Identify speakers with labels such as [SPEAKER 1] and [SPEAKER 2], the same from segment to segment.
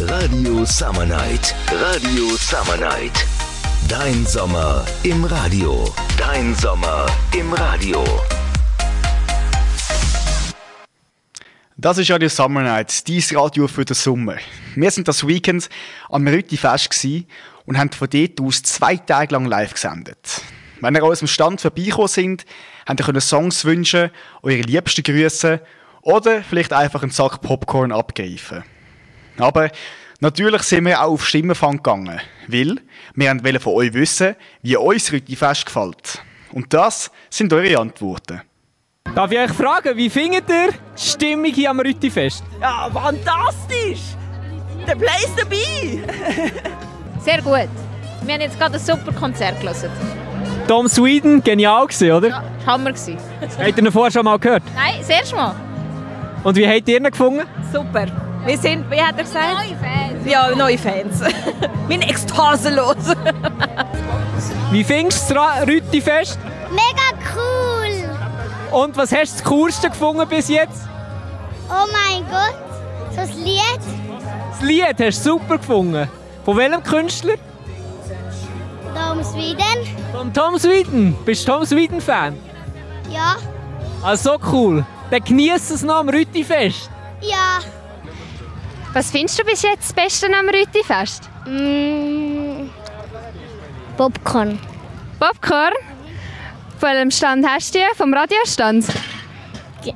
[SPEAKER 1] Radio Summer Night. Radio Summer Night. Dein Sommer im Radio. Dein Sommer im Radio.
[SPEAKER 2] Das ist Radio Summer Night, dein Radio für den Sommer. Wir sind das Weekend am Rüttifest gsi und haben von dort aus zwei Tage lang live gesendet. Wenn ihr an unserem Stand vorbeigekommen sind, habt ihr können Songs wünschen, eure Liebsten grüßen oder vielleicht einfach einen Sack Popcorn abgreifen. Aber natürlich sind wir auch auf Stimmenfang gegangen, weil wir wollten von euch wissen, wie euch Rüttifest gefällt. Und das sind eure Antworten.
[SPEAKER 3] Darf ich euch fragen, wie findet ihr die Stimmung hier am Rüttifest?
[SPEAKER 4] Ja, fantastisch! Der Place dabei!
[SPEAKER 5] Sehr gut. Wir haben jetzt gerade ein super Konzert gehört.
[SPEAKER 3] Tom Sweden, genial gewesen, oder?
[SPEAKER 6] Ah,
[SPEAKER 5] Ja, Hammer gewesen.
[SPEAKER 3] Habt ihr ihn vorher schon mal gehört?
[SPEAKER 5] Nein, das erste Mal.
[SPEAKER 3] Und wie habt ihr ihn gefunden?
[SPEAKER 4] Super! Wir sind, wie hat er gesagt?
[SPEAKER 5] Fans.
[SPEAKER 4] Ja, neue Fans. Bin ekstaselos.
[SPEAKER 3] Wie findest du das Ra- Rüttifest?
[SPEAKER 7] Mega cool!
[SPEAKER 3] Und was hast du das Coolste gefunden bis jetzt?
[SPEAKER 7] Oh mein Gott, so ein Lied.
[SPEAKER 3] Das Lied hast du super gefunden. Von welchem Künstler?
[SPEAKER 7] Darum Sweden.
[SPEAKER 3] Von Tom Sweden. Bist du Tom Sweden-Fan?
[SPEAKER 7] Ja,
[SPEAKER 3] Ah, so cool. Dann genießt es noch am Rüttifest.
[SPEAKER 7] ja.
[SPEAKER 6] Was findest du bis jetzt das Beste am Rüti-Fest?
[SPEAKER 7] Mm. Popcorn.
[SPEAKER 6] Popcorn? Von welchem Stand hast du die? Vom Radiostand?
[SPEAKER 7] Ja.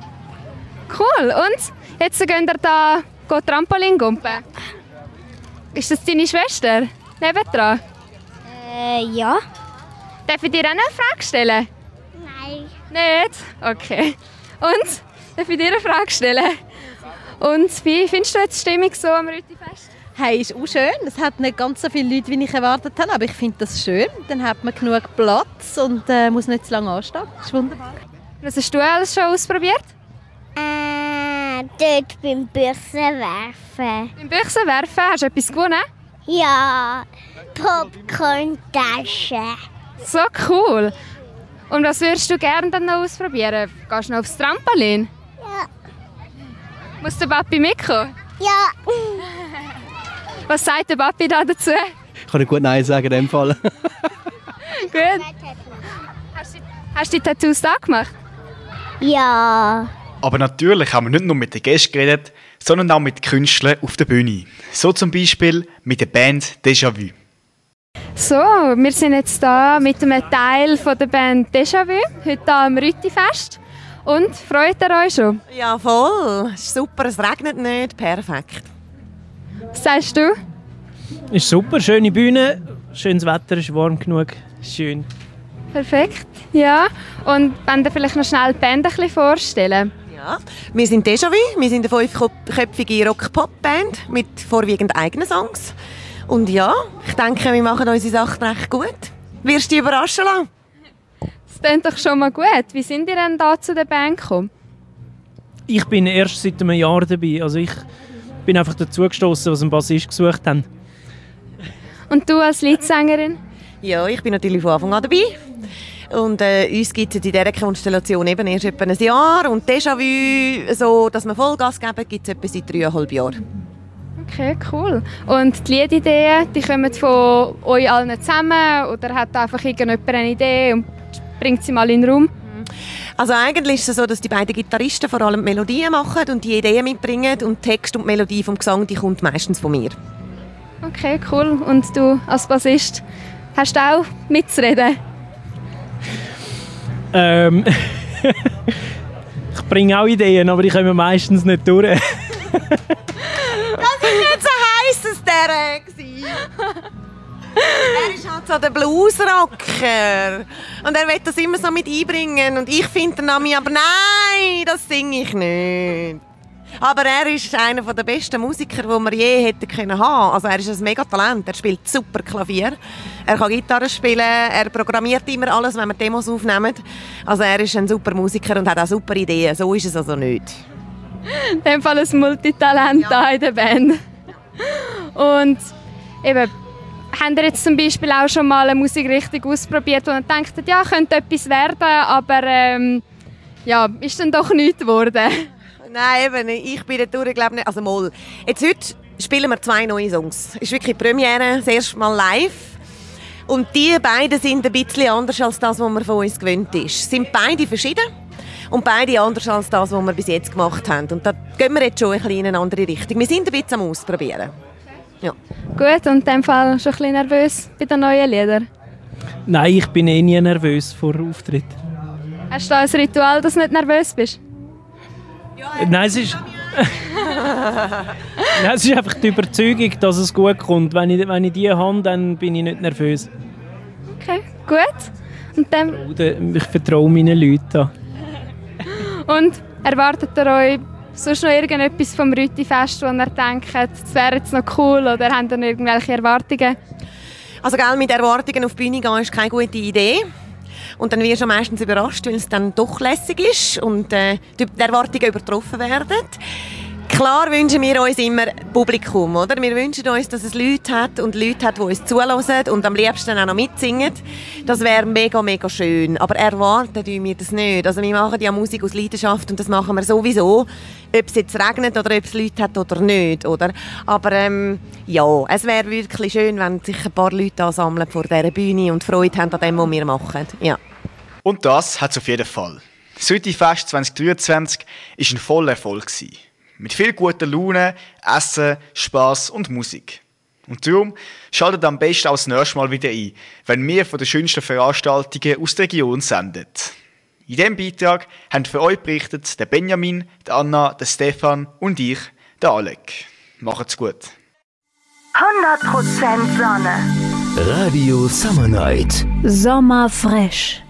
[SPEAKER 6] Cool. Und jetzt gehen wir da geht Trampolin gumpen. Ist das deine Schwester? Nebendran.
[SPEAKER 7] Äh, ja.
[SPEAKER 6] Darf ich dir auch noch eine Frage stellen?
[SPEAKER 7] Nein.
[SPEAKER 6] Nicht? Okay. Und? Darf ich dir eine Frage stellen? Und wie findest du jetzt die Stimmung so am Rüti-Fest?
[SPEAKER 4] Hey, ist auch schön. Es hat nicht ganz so viele Leute, wie ich erwartet habe, aber ich finde das schön. Dann hat man genug Platz und äh, muss nicht zu lange anstehen. Ist wunderbar.
[SPEAKER 6] Was hast du alles schon ausprobiert?
[SPEAKER 7] Äh, dort beim Börsenwerfen.
[SPEAKER 6] Beim Büchsenwerfen hast du etwas gewonnen?
[SPEAKER 7] Ja, Popcorn-Tasche.
[SPEAKER 6] So cool! Und was würdest du gerne dann noch ausprobieren? Gehst du noch aufs Trampolin?
[SPEAKER 7] Ja.
[SPEAKER 6] Muss der Papi mitkommen?
[SPEAKER 7] Ja,
[SPEAKER 6] Was sagt der Papi da dazu?
[SPEAKER 8] Ich kann nicht gut Nein sagen in dem Fall.
[SPEAKER 6] Gut. Hast du, hast du die Tattoos da gemacht?
[SPEAKER 7] ja.
[SPEAKER 2] Aber natürlich haben wir nicht nur mit den Gästen geredet, sondern auch mit Künstlern auf der Bühne. So zum Beispiel mit der Band Déjà-vu.
[SPEAKER 6] So, wir sind jetzt da mit einem Teil von der Band Déjà-vu, heute hier am Rüttifest. Und freut ihr euch schon?
[SPEAKER 9] Ja, voll. Ist Super, es regnet nicht. Perfekt.
[SPEAKER 6] Was sagst du?
[SPEAKER 10] Ist super, schöne Bühne, schönes Wetter, ist warm genug, schön.
[SPEAKER 6] Perfekt, ja. Und wenn ihr vielleicht noch schnell die Band ein bisschen vorstellen.
[SPEAKER 9] Ja. Wir sind Déjà-vu. Wir sind eine fünfköpfige Rock-Pop-Band mit vorwiegend eigenen Songs. Und ja, ich denke, wir machen unsere Sachen recht gut. Wirst du dich überraschen lassen?
[SPEAKER 6] Das klingt doch schon mal gut. Wie sind ihr denn da zu der Band gekommen?
[SPEAKER 10] Ich bin erst seit einem Jahr dabei, also ich bin einfach dazugestoßen, was einen Bassist gesucht haben.
[SPEAKER 6] Und du als Leadsängerin?
[SPEAKER 9] Ja, ich bin natürlich von Anfang an dabei. Und äh, uns gibt es in dieser Konstellation eben erst etwa ein Jahr. Und Déjà-vu, so, dass wir Vollgas geben, gibt es etwa seit dreieinhalb Jahren.
[SPEAKER 6] Okay, cool. Und die Liedideen, die kommen von euch allen zusammen oder hat einfach irgendjemand eine Idee und bringt sie mal in den Raum?
[SPEAKER 9] Also eigentlich ist es so, dass die beiden Gitarristen vor allem die Melodien machen und die Ideen mitbringen. Und Text und die Melodie vom Gesang, die kommt meistens von mir.
[SPEAKER 6] Okay, cool. Und du als Bassist, hast du auch mitzureden?
[SPEAKER 10] Ähm, ich bringe auch Ideen, aber die kommen meistens nicht durch.
[SPEAKER 9] Nicht so heiß es der war. Er ist halt so der Bluesrocker. Und er will das immer so mit einbringen. Und ich finde den Namen, aber nein, das singe ich nicht. Aber er ist einer der besten Musiker, die wir je hätten können haben. Also er ist ein mega Talent. Er spielt super Klavier. Er kann Gitarre spielen. Er programmiert immer alles, wenn wir Demos aufnehmen. Also er ist ein super Musiker und hat auch super Ideen. So ist es also nicht.
[SPEAKER 6] In dem Fall ein Multitalent da in der Band. Und eben, habt ihr jetzt zum Beispiel auch schon mal eine Musikrichtung ausprobiert und denkt, ja, könnte etwas werden, aber ähm, ja, ist dann doch nichts geworden?
[SPEAKER 9] Nein, eben, ich bin der Tour, glaube nicht. Also mal. Jetzt heute spielen wir zwei neue Songs. Ist wirklich die Premiere, das erste Mal live. Und die beiden sind ein bisschen anders als das, was man von uns gewöhnt ist. Sind beide verschieden und beide anders als das, was wir bis jetzt gemacht haben. Und da gehen wir jetzt schon ein bisschen in eine andere Richtung. Wir sind ein bisschen am Ausprobieren. Ja.
[SPEAKER 6] Gut, und in dem Fall schon ein bisschen nervös bei den neuen Liedern.
[SPEAKER 10] Nein, ich bin eh nie nervös vor Auftritt.
[SPEAKER 6] Hast du da ein Ritual, dass du nicht nervös bist?
[SPEAKER 10] Nein, es ist. Nein, es ist einfach die Überzeugung, dass es gut kommt. Wenn ich, wenn ich die habe, dann bin ich nicht nervös.
[SPEAKER 6] Okay, gut. Und, dem,
[SPEAKER 10] Oder Ich vertraue meinen Leuten. an.
[SPEAKER 6] und erwartet ihr euch sonst noch irgendetwas vom Rüti-Fest, wo ihr denkt, das wäre jetzt noch cool oder habt ihr noch irgendwelche Erwartungen?
[SPEAKER 9] Also gell, mit Erwartungen auf die Bühne gehen ist keine gute Idee. Und dann wirst du meistens überrascht, weil es dann doch lässig ist und äh, die die Erwartungen übertroffen werden. Klar wünschen wir uns immer Publikum, oder? Wir wünschen uns, dass es Leute hat und Leute hat, die uns zuhören und am liebsten auch noch mitsingen. Das wäre mega, mega schön. Aber erwarten tun wir das nicht. Also wir machen ja Musik aus Leidenschaft und das machen wir sowieso, ob es jetzt regnet oder ob es Leute hat oder nicht, oder? Aber ähm, ja, es wäre wirklich schön, wenn sich ein paar Leute ansammeln vor dieser Bühne und Freude haben an dem, was wir machen. Ja.
[SPEAKER 2] Und das hat es auf jeden Fall. Das Südtifest 2023 war ein voller Erfolg. gewesen. Mit viel guter Laune, Essen, Spass und Musik. Und darum schaltet am besten auch das nächste Mal wieder ein, wenn wir von den schönsten Veranstaltungen aus der Region senden. In diesem Beitrag haben für euch berichtet der Benjamin, der Anna, der Stefan und ich, der Alec. Macht's gut.
[SPEAKER 11] 100% Sonne.
[SPEAKER 1] Radio Summer Night.
[SPEAKER 11] Sommer fresh.